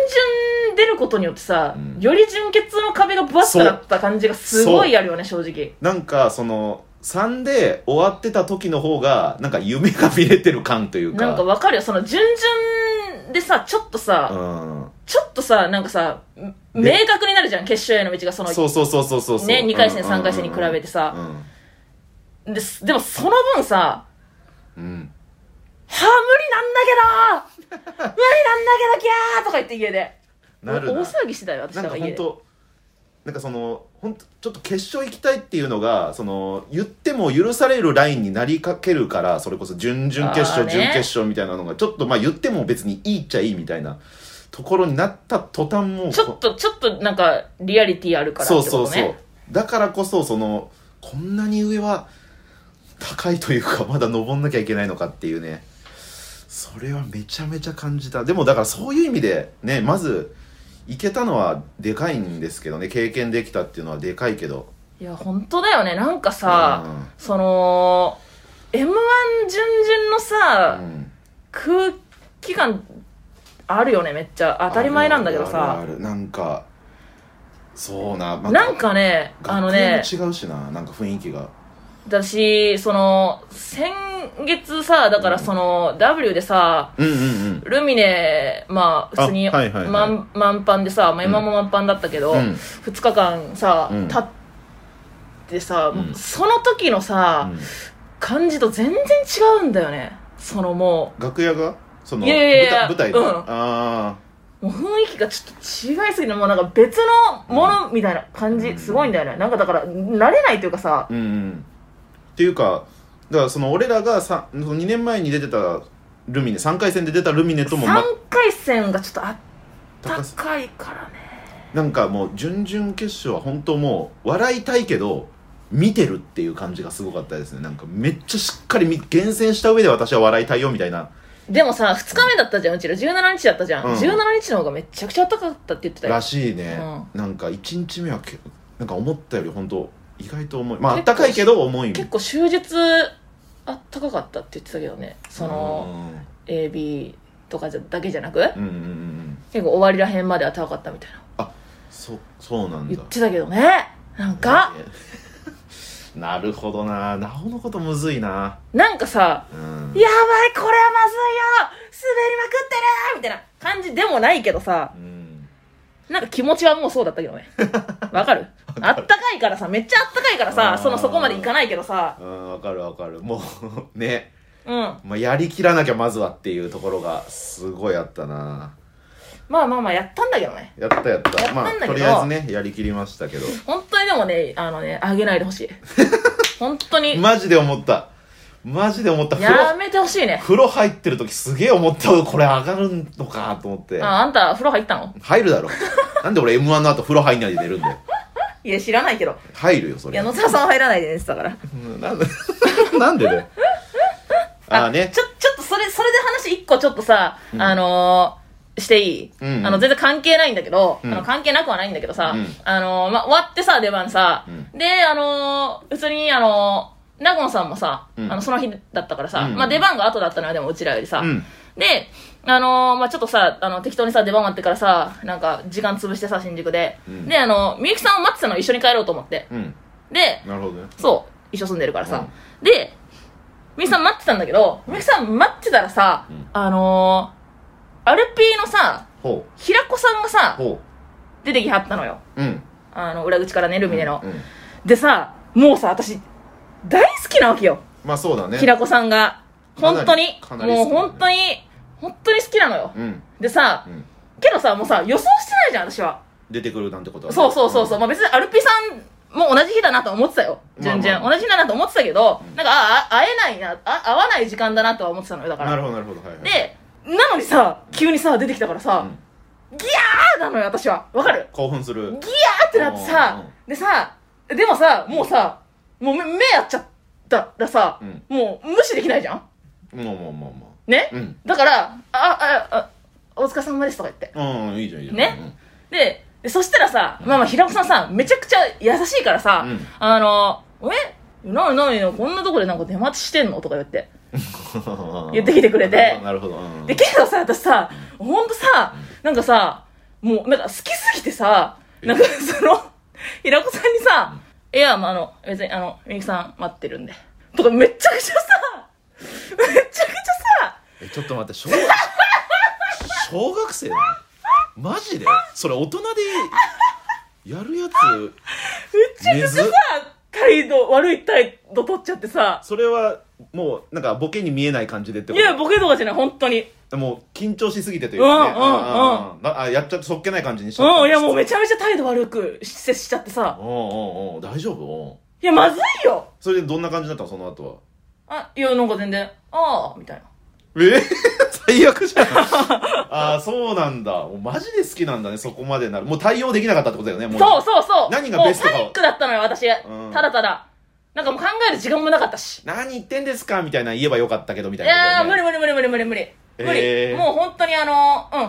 [SPEAKER 1] 出ることによってさ、
[SPEAKER 2] うん
[SPEAKER 1] より純潔の壁が分厚くなった感じがすごいあるよね正直
[SPEAKER 2] なんかその3で終わってた時の方がなんか夢が見れてる感というか
[SPEAKER 1] なんかわかるよその順々でさちょっとさ、ちょっとさなんかさ明
[SPEAKER 2] で
[SPEAKER 1] 確になるじゃん決勝への道がそ
[SPEAKER 2] うん、
[SPEAKER 1] の
[SPEAKER 2] そうそうそうそうそうそう
[SPEAKER 1] ね二回戦
[SPEAKER 2] うんうんう
[SPEAKER 1] 三
[SPEAKER 2] ん
[SPEAKER 1] 回戦に比べてさ
[SPEAKER 2] う
[SPEAKER 1] ですでもその分さ
[SPEAKER 2] ん、うん
[SPEAKER 1] 「はあ無理なんだけど無理なんだけどギャー!」とか言って家で
[SPEAKER 2] なるな
[SPEAKER 1] 大騒ぎしてたよ私
[SPEAKER 2] な
[SPEAKER 1] なんん
[SPEAKER 2] か
[SPEAKER 1] か家で
[SPEAKER 2] 本当なんかその本当ちょっと決勝行きたいっていうのがその言っても許されるラインになりかけるからそれこそ準々決勝、
[SPEAKER 1] あーね
[SPEAKER 2] 準決勝みたいなのがちょっとまあ言っても別にいいっちゃいいみたいなところになった途端もう
[SPEAKER 1] ちょっとちょっとなんかリアリティあるからって
[SPEAKER 2] そう
[SPEAKER 1] ことね
[SPEAKER 2] そうそうだからこそそのこんなに上は高いというかまだ登んなきゃいけないのかっていうねそれはめちゃめちゃ感じたでもだからそういう意味でねまず行けたのはでかいんですけどね経験できたっていうのはでかいけど
[SPEAKER 1] いや本当だよねなんかさ、その m 1準々の
[SPEAKER 2] うん
[SPEAKER 1] さ、
[SPEAKER 2] うん
[SPEAKER 1] 空気感あるよねめっちゃ当たり前なんだけど
[SPEAKER 2] あ
[SPEAKER 1] さ
[SPEAKER 2] るあるなんかそうな、また
[SPEAKER 1] なんかねあのね
[SPEAKER 2] 学園も違うしななんか雰囲気が
[SPEAKER 1] 私その先月さだからその、W でさ
[SPEAKER 2] うんうん
[SPEAKER 1] ルミネまあ普通に
[SPEAKER 2] あはいはいはい
[SPEAKER 1] まん満帆でさ、まあ、今も満帆だったけど、
[SPEAKER 2] うん
[SPEAKER 1] 2日間さ、
[SPEAKER 2] うん
[SPEAKER 1] 立ってさ、
[SPEAKER 2] うん
[SPEAKER 1] その時のさ、
[SPEAKER 2] うん
[SPEAKER 1] 感じと全然違うんだよねそのも
[SPEAKER 2] 楽屋がその
[SPEAKER 1] いやいやいや
[SPEAKER 2] 舞台舞台が、
[SPEAKER 1] うん
[SPEAKER 2] ああ
[SPEAKER 1] うもう雰囲気がちょっと違いすぎてもうなんか別のものみたいな感じ、
[SPEAKER 2] うん
[SPEAKER 1] すごいんだよねなんかだから慣れないというかさ
[SPEAKER 2] うんうん、っていうかだからその俺らがさその2年前に出てたルミネ3回戦で出たルミネとも、
[SPEAKER 1] 3
[SPEAKER 2] ま、
[SPEAKER 1] 回戦がちょっとあった
[SPEAKER 2] 高す
[SPEAKER 1] かいからね
[SPEAKER 2] なんかもう準々決勝は本当もう笑いたいけど見てるっていう感じがすごかったですねなんかめっちゃしっかり見厳選した上で私は笑いたいよみたいな
[SPEAKER 1] でもさ2日目だったじゃんうちら17日だったじゃん、
[SPEAKER 2] うん
[SPEAKER 1] 17日の方がめちゃくちゃ暖かかったって言ってたよ
[SPEAKER 2] らしいね、なんか1日目はけなんか思ったより本当意外と重いまああったかいけど重い
[SPEAKER 1] 結構終日あったかかったって言ってたけどねその AB とかじゃだけじゃなく
[SPEAKER 2] うんうんうんうん
[SPEAKER 1] 結構終わりらへんまであったかかったみたいな
[SPEAKER 2] そそうなんだ
[SPEAKER 1] 言ってたけどねなんか
[SPEAKER 2] ね なるほどななおのことむずいな
[SPEAKER 1] なんかさ
[SPEAKER 2] う
[SPEAKER 1] 「
[SPEAKER 2] ん
[SPEAKER 1] やばいこれはまずいよ滑りまくってる!」みたいな感じでもないけどさ
[SPEAKER 2] うん
[SPEAKER 1] なんか気持ちはもうそうだったけどね わかるあったかいからさめっちゃあったかいから
[SPEAKER 2] あー
[SPEAKER 1] さそのそこまでいかないけどさ
[SPEAKER 2] うんわかるわかるもうね、
[SPEAKER 1] うん
[SPEAKER 2] まあ、やりきらなきゃまずはっていうところがすごいあったな
[SPEAKER 1] まあまあまあやったんだけどね
[SPEAKER 2] やったやった
[SPEAKER 1] やったん
[SPEAKER 2] ま
[SPEAKER 1] だけ
[SPEAKER 2] あ
[SPEAKER 1] ど
[SPEAKER 2] とりあえずねやりきりましたけど
[SPEAKER 1] 本当にでもねあのねあげないでほ しい本当に
[SPEAKER 2] マジで思ったマジで思った風
[SPEAKER 1] や
[SPEAKER 2] 呂
[SPEAKER 1] めてほしい ね
[SPEAKER 2] 風呂入ってる時すげえ思ったこれ上がるのかと思って
[SPEAKER 1] ああんた風呂入ったの
[SPEAKER 2] 入るだろなんで俺 m 1の後風呂入んないで寝るんだよ
[SPEAKER 1] いや知らないけど
[SPEAKER 2] 入るよそ
[SPEAKER 1] い
[SPEAKER 2] れ
[SPEAKER 1] や野沢さんは入らないで寝てたから
[SPEAKER 2] うんなんで なんでねああね
[SPEAKER 1] ちょちょっとそれそれで話一個ちょっとさ、
[SPEAKER 2] うん
[SPEAKER 1] あのーしていい、
[SPEAKER 2] うんうん
[SPEAKER 1] あの全然関係ないんだけど、
[SPEAKER 2] うん
[SPEAKER 1] あの関係なくはないんだけどさ、
[SPEAKER 2] うん
[SPEAKER 1] あのーま、終わってさ出番さ、
[SPEAKER 2] う
[SPEAKER 1] であのー普通にあのー納言さんもさ、
[SPEAKER 2] うん
[SPEAKER 1] あのその日だったからさ、
[SPEAKER 2] うん
[SPEAKER 1] まあ、出番が後だったのよでもうちらよりさ、
[SPEAKER 2] うん
[SPEAKER 1] であのーまあ、ちょっとさあの適当にさ出番終わってからさなんか時間潰してさ新宿で、
[SPEAKER 2] うん
[SPEAKER 1] であのみゆきさんを待ってたの一緒に帰ろうと思って
[SPEAKER 2] うん
[SPEAKER 1] で
[SPEAKER 2] なるほどね
[SPEAKER 1] そう一緒住んでるからさ、でみゆきさん待ってたんだけどみゆきさん待ってたらさ、
[SPEAKER 2] うん
[SPEAKER 1] あのー、アルピーのさ
[SPEAKER 2] ほ
[SPEAKER 1] 平子さんが
[SPEAKER 2] う
[SPEAKER 1] さ
[SPEAKER 2] ほ
[SPEAKER 1] 出てきはったのよ
[SPEAKER 2] ううん
[SPEAKER 1] あの裏口からねルミネの、
[SPEAKER 2] うん
[SPEAKER 1] でさもうさ私大好きなわけよ
[SPEAKER 2] まあそうだね
[SPEAKER 1] 平子さんが
[SPEAKER 2] かなり
[SPEAKER 1] 本当に
[SPEAKER 2] かなり
[SPEAKER 1] も
[SPEAKER 2] 好
[SPEAKER 1] う
[SPEAKER 2] きだね
[SPEAKER 1] 本当に本当に好きなのよ、
[SPEAKER 2] うん
[SPEAKER 1] でさ
[SPEAKER 2] うん
[SPEAKER 1] けどさもうさ予想してないじゃん私は
[SPEAKER 2] 出てくるなんてことはね
[SPEAKER 1] そうそうそうそう、まあ、別にアルピさんも同じ日だなと思ってたよ全然、
[SPEAKER 2] まあまあ
[SPEAKER 1] 同じ日だなと思ってたけど、
[SPEAKER 2] うん
[SPEAKER 1] なんかああ会えないなあ会わない時間だなとは思ってたのよだから
[SPEAKER 2] なるほどなるほどはいはい
[SPEAKER 1] でなのにさ急にさ出てきたからさ、
[SPEAKER 2] うん
[SPEAKER 1] ギャーなのよ私はわかる
[SPEAKER 2] 興奮する
[SPEAKER 1] ギャーってなってさでさでもさもうさもう目目やっちゃったらさ、
[SPEAKER 2] うん
[SPEAKER 1] もう無視できないじゃん
[SPEAKER 2] もうもうもうも
[SPEAKER 1] ね、
[SPEAKER 2] ううん
[SPEAKER 1] だから「あああお疲れ様です」とか言って
[SPEAKER 2] うんいいじゃんいいじゃん
[SPEAKER 1] ねででそしたらさ、まあまあ平子さんさめちゃくちゃ優しいからさ、
[SPEAKER 2] うん
[SPEAKER 1] あの「えなになにこんなとこでなんか出待ちしてんの?」とか言って
[SPEAKER 2] うん
[SPEAKER 1] 言ってきてくれて
[SPEAKER 2] なるほどうん
[SPEAKER 1] でけどさ私さほんとさなんかさもうなんか好きすぎてさなんかその平子さんにさ「いやまああの別にあのみゆきさん待ってるんで」とかめちゃくちゃさめちゃくちゃさ
[SPEAKER 2] えちょっと待って小学小学生なのマジでそれ大人でやるやつ
[SPEAKER 1] めちゃくちゃさ態度悪い態度取っちゃってさ
[SPEAKER 2] それはもうなんかボケに見えない感じでって
[SPEAKER 1] い
[SPEAKER 2] こと
[SPEAKER 1] やボケとかじゃない本当に
[SPEAKER 2] もう緊張しすぎてというかね
[SPEAKER 1] うんうんうん
[SPEAKER 2] あーあーやっちゃってそっけない感じにしちゃった
[SPEAKER 1] うんいやもうめ
[SPEAKER 2] ち
[SPEAKER 1] ちゃめちゃ態度悪く接しちゃって
[SPEAKER 2] ゃ
[SPEAKER 1] さ
[SPEAKER 2] うんうんうん大丈夫うん
[SPEAKER 1] いやまずいよ
[SPEAKER 2] それでどんな感じだったのその後は
[SPEAKER 1] あいやなんか全然ああみたいな
[SPEAKER 2] え 最 悪じゃんああそうなんだもうマジで好きなんだねそこまでなるもう対応できなかったってことだよねも
[SPEAKER 1] そうそうそう
[SPEAKER 2] 何がベスト
[SPEAKER 1] も
[SPEAKER 2] か
[SPEAKER 1] うパニックだったのよ私、
[SPEAKER 2] ん
[SPEAKER 1] ただただなんかもう考える時間もなかったし
[SPEAKER 2] 何言ってんですかみたいな言えばよかったけどみ
[SPEAKER 1] い
[SPEAKER 2] たいなことだ
[SPEAKER 1] や
[SPEAKER 2] よ
[SPEAKER 1] ー
[SPEAKER 2] ね、
[SPEAKER 1] 無理無理無理無理無理無理無理、
[SPEAKER 2] えー
[SPEAKER 1] もう本当にあのうん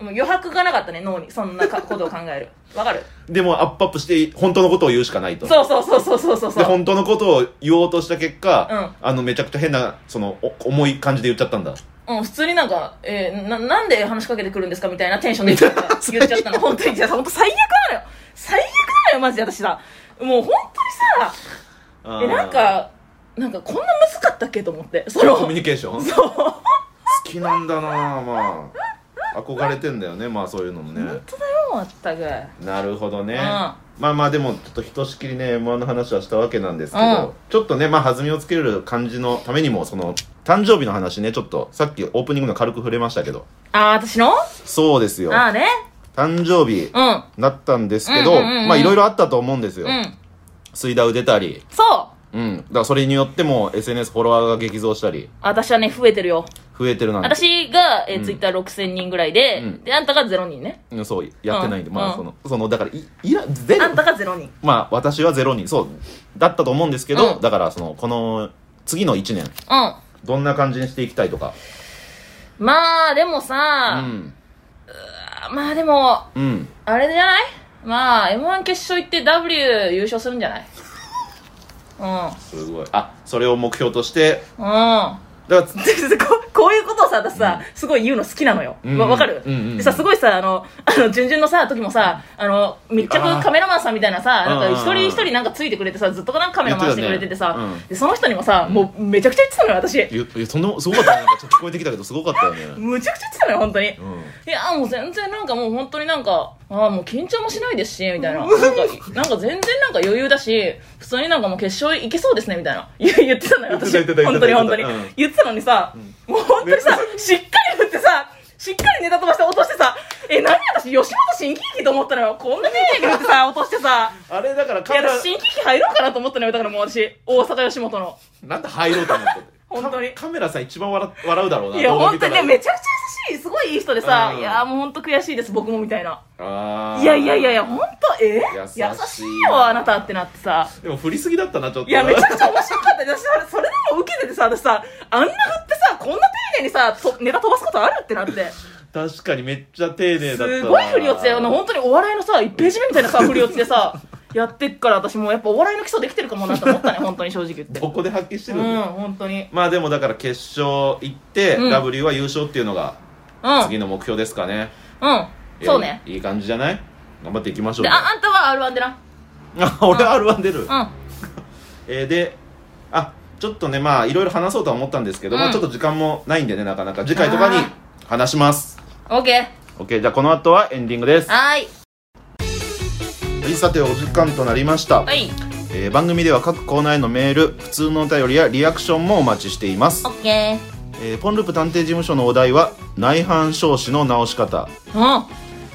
[SPEAKER 1] もう余白がなかったね脳にそんなかことを考えるわかる
[SPEAKER 2] でもアップアップして本当のことを言うしかないと
[SPEAKER 1] そうそうそうそうそうそうそ
[SPEAKER 2] で
[SPEAKER 1] う
[SPEAKER 2] 本当のことを言おうとした結果、
[SPEAKER 1] う
[SPEAKER 2] あのめちゃくちゃ変なそのお重い感じで言っちゃったんだ
[SPEAKER 1] うん、普通になんか、えー、な、なんで話しかけてくるんですかみたいなテンションで言っちゃった 言っちゃったの。本当に。いや、本当最悪なのよ。最悪なのよ、マジで私さ。もう本当にさ、
[SPEAKER 2] あ
[SPEAKER 1] え、
[SPEAKER 2] ー
[SPEAKER 1] なんか、なんかこんなむずかったっけと思って。その、
[SPEAKER 2] コミュニケーション
[SPEAKER 1] そう。本
[SPEAKER 2] 好きなんだなまあ憧れてんだよねまあそういうのもね
[SPEAKER 1] 当だよ、まったく。
[SPEAKER 2] なるほどね、
[SPEAKER 1] うん
[SPEAKER 2] まあまあでもちょっとひとしきりね m 1の話はしたわけなんですけど、
[SPEAKER 1] うん
[SPEAKER 2] ちょっとねまあ弾みをつける感じのためにもその誕生日の話ねちょっとさっきオープニングの軽く触れましたけど
[SPEAKER 1] あー、私の
[SPEAKER 2] そうですよ
[SPEAKER 1] ああね。
[SPEAKER 2] 誕生日
[SPEAKER 1] うん。
[SPEAKER 2] だったんですけど、
[SPEAKER 1] うんうんうんうん
[SPEAKER 2] まあいろいろあったと思うんですよ、
[SPEAKER 1] うん。
[SPEAKER 2] 水ダウ出たり
[SPEAKER 1] そう。
[SPEAKER 2] うんだからそれによっても SNS フォロワーが激増したり
[SPEAKER 1] 私はね、増えてるよ。
[SPEAKER 2] 増えてるなんて
[SPEAKER 1] 私が、え
[SPEAKER 2] う
[SPEAKER 1] ー、
[SPEAKER 2] ん
[SPEAKER 1] ツイッター6000人ぐらいで、
[SPEAKER 2] うん
[SPEAKER 1] で、あんたが0人ね。
[SPEAKER 2] うんそうやってないんで、
[SPEAKER 1] うん
[SPEAKER 2] ま
[SPEAKER 1] う
[SPEAKER 2] あ
[SPEAKER 1] ん
[SPEAKER 2] そのそのだからいいらゼロ
[SPEAKER 1] あんたが0人。
[SPEAKER 2] まあ私はゼロ人そうだったと思うんですけど、
[SPEAKER 1] うん
[SPEAKER 2] だからそのこの次の1
[SPEAKER 1] う
[SPEAKER 2] 年
[SPEAKER 1] ん。
[SPEAKER 2] どんな感じにしていきたいとか
[SPEAKER 1] まあ、でも
[SPEAKER 2] う
[SPEAKER 1] さ、
[SPEAKER 2] ん
[SPEAKER 1] まあでも、
[SPEAKER 2] うん
[SPEAKER 1] あれじゃないまあ、M1 決勝行って W 優勝するんじゃないうん
[SPEAKER 2] すごいあそれを目標として
[SPEAKER 1] うん
[SPEAKER 2] だから
[SPEAKER 1] でこうこういうことをさ私さ、すごい言うの好きなのよわ、
[SPEAKER 2] うん
[SPEAKER 1] わかる、
[SPEAKER 2] うんうん
[SPEAKER 1] でさすごいさあのあの順々のさ時もさあの密着
[SPEAKER 2] あー
[SPEAKER 1] カメラマンさんみたいなさなん
[SPEAKER 2] うん
[SPEAKER 1] か
[SPEAKER 2] うん
[SPEAKER 1] 一人一人なんかついてくれてさずっとなんかカメラ回してくれててさ
[SPEAKER 2] 言ってたねうん
[SPEAKER 1] でその人にもさもうめちゃくちゃ言ってたのよ私
[SPEAKER 2] いやいやそんなすごかったねなんかちょっと聞こえてきたけどすごかったよね
[SPEAKER 1] むちゃくちゃ言ってたのよ本当に、
[SPEAKER 2] うん
[SPEAKER 1] いやもう全然なんかもう本当になんかああもう緊張もしないですしみ たいななんかなんか全然なんか余裕だし普通になんかもう決勝行けそうですねみたいな 言う言ってたのよ私
[SPEAKER 2] 言ってた言っ
[SPEAKER 1] 本
[SPEAKER 2] て
[SPEAKER 1] 当に本当
[SPEAKER 2] た言ってた
[SPEAKER 1] に
[SPEAKER 2] うん
[SPEAKER 1] 言ってたのにさ、もう本当にさ
[SPEAKER 2] ね
[SPEAKER 1] しっかり振ってさしっかりネタ飛ばして落としてさえ何私吉本新喜劇と思ったのよこんなにいい振ってさ 落としてさ
[SPEAKER 2] あれだから
[SPEAKER 1] い
[SPEAKER 2] カ
[SPEAKER 1] や
[SPEAKER 2] メラ
[SPEAKER 1] 私新喜劇入ろうかなと思ったのよだからもう私大阪吉本の
[SPEAKER 2] なんで入ろうと思って
[SPEAKER 1] 本当に
[SPEAKER 2] カカメラさん一番笑笑うだろうない
[SPEAKER 1] や
[SPEAKER 2] 動画
[SPEAKER 1] 本
[SPEAKER 2] 見
[SPEAKER 1] 当
[SPEAKER 2] た
[SPEAKER 1] に
[SPEAKER 2] ら
[SPEAKER 1] ねめちゃくちゃ優しいすごいいい人でさ、
[SPEAKER 2] うん
[SPEAKER 1] いやもう本当悔しいです僕もみたいな
[SPEAKER 2] あー
[SPEAKER 1] いやいやいやいや、ほんと、え優
[SPEAKER 2] 優
[SPEAKER 1] し
[SPEAKER 2] し
[SPEAKER 1] い
[SPEAKER 2] い
[SPEAKER 1] よ、あなたってなってさ。
[SPEAKER 2] でも振りすぎだったなちょっと
[SPEAKER 1] いや、めちゃくちゃ面白かった。私、それでも受けててさ、私さ、あんな振ってさ、こんな丁寧にさ、とネタ飛ばすことあるってなって。
[SPEAKER 2] 確かにめっちゃ丁寧だったな
[SPEAKER 1] すごい振り落ちで、あの、本当にお笑いのさ、1ページ目みたいなさ、振り落ちでさ、やってっから私もうやっぱお笑いの基礎できてるかもなと思ったね、本当に正直言って。
[SPEAKER 2] ここで発揮して
[SPEAKER 1] う
[SPEAKER 2] る
[SPEAKER 1] ん、
[SPEAKER 2] んだよ
[SPEAKER 1] 本当に。
[SPEAKER 2] まあでもだから決勝行って、
[SPEAKER 1] うん
[SPEAKER 2] W は優勝っていうのが
[SPEAKER 1] うん。
[SPEAKER 2] 次の目標ですかね、
[SPEAKER 1] うん。そうね。
[SPEAKER 2] いやいい感じじゃない頑張っていきましょう
[SPEAKER 1] で、
[SPEAKER 2] ね
[SPEAKER 1] あ、あんたは R1 でな。
[SPEAKER 2] あ俺 R1 出る、
[SPEAKER 1] うん。
[SPEAKER 2] えーであちょっとねまあいろいろ話そうとは思ったんですけど、ま
[SPEAKER 1] うん
[SPEAKER 2] あちょっと時間もないんでねなかなか次回とかに話します
[SPEAKER 1] オッケ
[SPEAKER 2] OK じゃあこの後はエンディングです
[SPEAKER 1] ー。はーい。
[SPEAKER 2] はいさてお時間となりました、
[SPEAKER 1] はい。
[SPEAKER 2] えー番組では各コーナーへのメール普通のお便りやリアクションもお待ちしています
[SPEAKER 1] オ、ッケ
[SPEAKER 2] えーポンループ探偵事務所のお題は内反少子の直し方
[SPEAKER 1] ー。うん。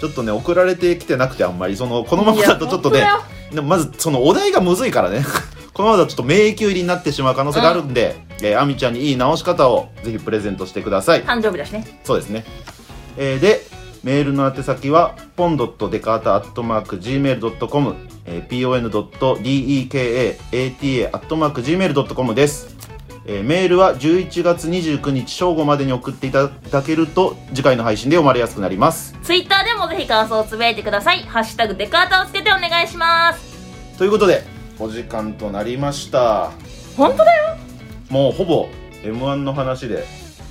[SPEAKER 2] ちょっとね送られてきてなくてあんまりそのこのままだとちょっと
[SPEAKER 1] い
[SPEAKER 2] ね
[SPEAKER 1] や本
[SPEAKER 2] でもまずそのお題がむずいからね このままだとちょっと迷宮入りになってしまう可能性があるんで、えー、あみちゃんにいい直し方をぜひプレゼントしてください
[SPEAKER 1] 誕生日だしね。
[SPEAKER 2] そうですね、えーでメールの宛先はポンドットデカータアットマーク Gmail.com、えー、pon.dekata アットマーク Gmail.com です、えーメールは11月29日正午までに送っていただけると次回の配信で読まれやすくなります
[SPEAKER 3] ツイッターでもぜひ感想をつぶやいてください「ハッシュタグデカータ」をつけてお願いします
[SPEAKER 2] ということでお時間となりました
[SPEAKER 1] 本当だよ。
[SPEAKER 2] もうほぼ m 1の話で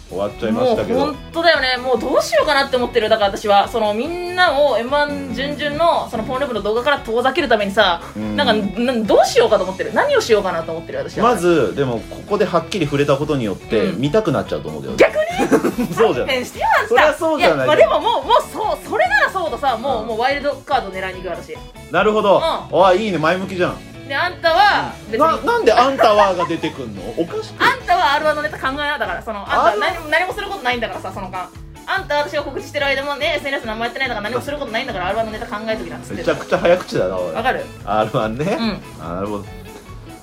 [SPEAKER 2] 終わっちゃいましたけ
[SPEAKER 1] もう
[SPEAKER 2] ど
[SPEAKER 1] 本当だよねもうどうしようかなって思ってるだから私はそのみんなを m 1準々のそのポンループの動画から遠ざけるためにさ、
[SPEAKER 2] うん
[SPEAKER 1] なんかなどうしようかと思ってる何をしようかなと思ってる私は
[SPEAKER 2] まずでもここではっきり触れたことによって
[SPEAKER 1] うん
[SPEAKER 2] 見たくなっちゃうと思うんだよね、
[SPEAKER 1] 逆
[SPEAKER 2] そうじゃない
[SPEAKER 1] にしてよあんた
[SPEAKER 2] そりゃそうじゃない
[SPEAKER 1] やまあ、でももうもうそうそれならそうとさもう,、
[SPEAKER 2] うん
[SPEAKER 1] もうワイルドカード狙いに行く私
[SPEAKER 2] なるほど、ああいいね前向きじゃん
[SPEAKER 1] であんたは別に
[SPEAKER 2] ななんで「あんたは」が出てくんのおかしく
[SPEAKER 1] あんたは R1 のネタ考えなだからそのあんた
[SPEAKER 2] R1
[SPEAKER 1] 何も何もすることないんだからさその間あんた私が告知してる間もね SNS 何もやってないんだから何もすることないんだから R1 のネタ考えときなっつって
[SPEAKER 2] めちゃくちゃ早口だな
[SPEAKER 1] わ
[SPEAKER 2] 俺
[SPEAKER 1] かる
[SPEAKER 2] R1 ね、
[SPEAKER 1] う
[SPEAKER 2] あなるほど、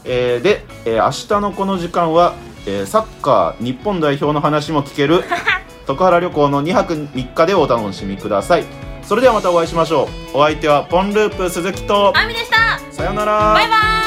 [SPEAKER 2] えーで、えー明日のこの時間は、えーサッカー日本代表の話も聞 ける徳原旅行の2泊3日でお楽しみくださいそれではまたお会いしましょうお相手はポンループ鈴木と
[SPEAKER 3] あみでした
[SPEAKER 2] さようなら
[SPEAKER 3] バイバーイ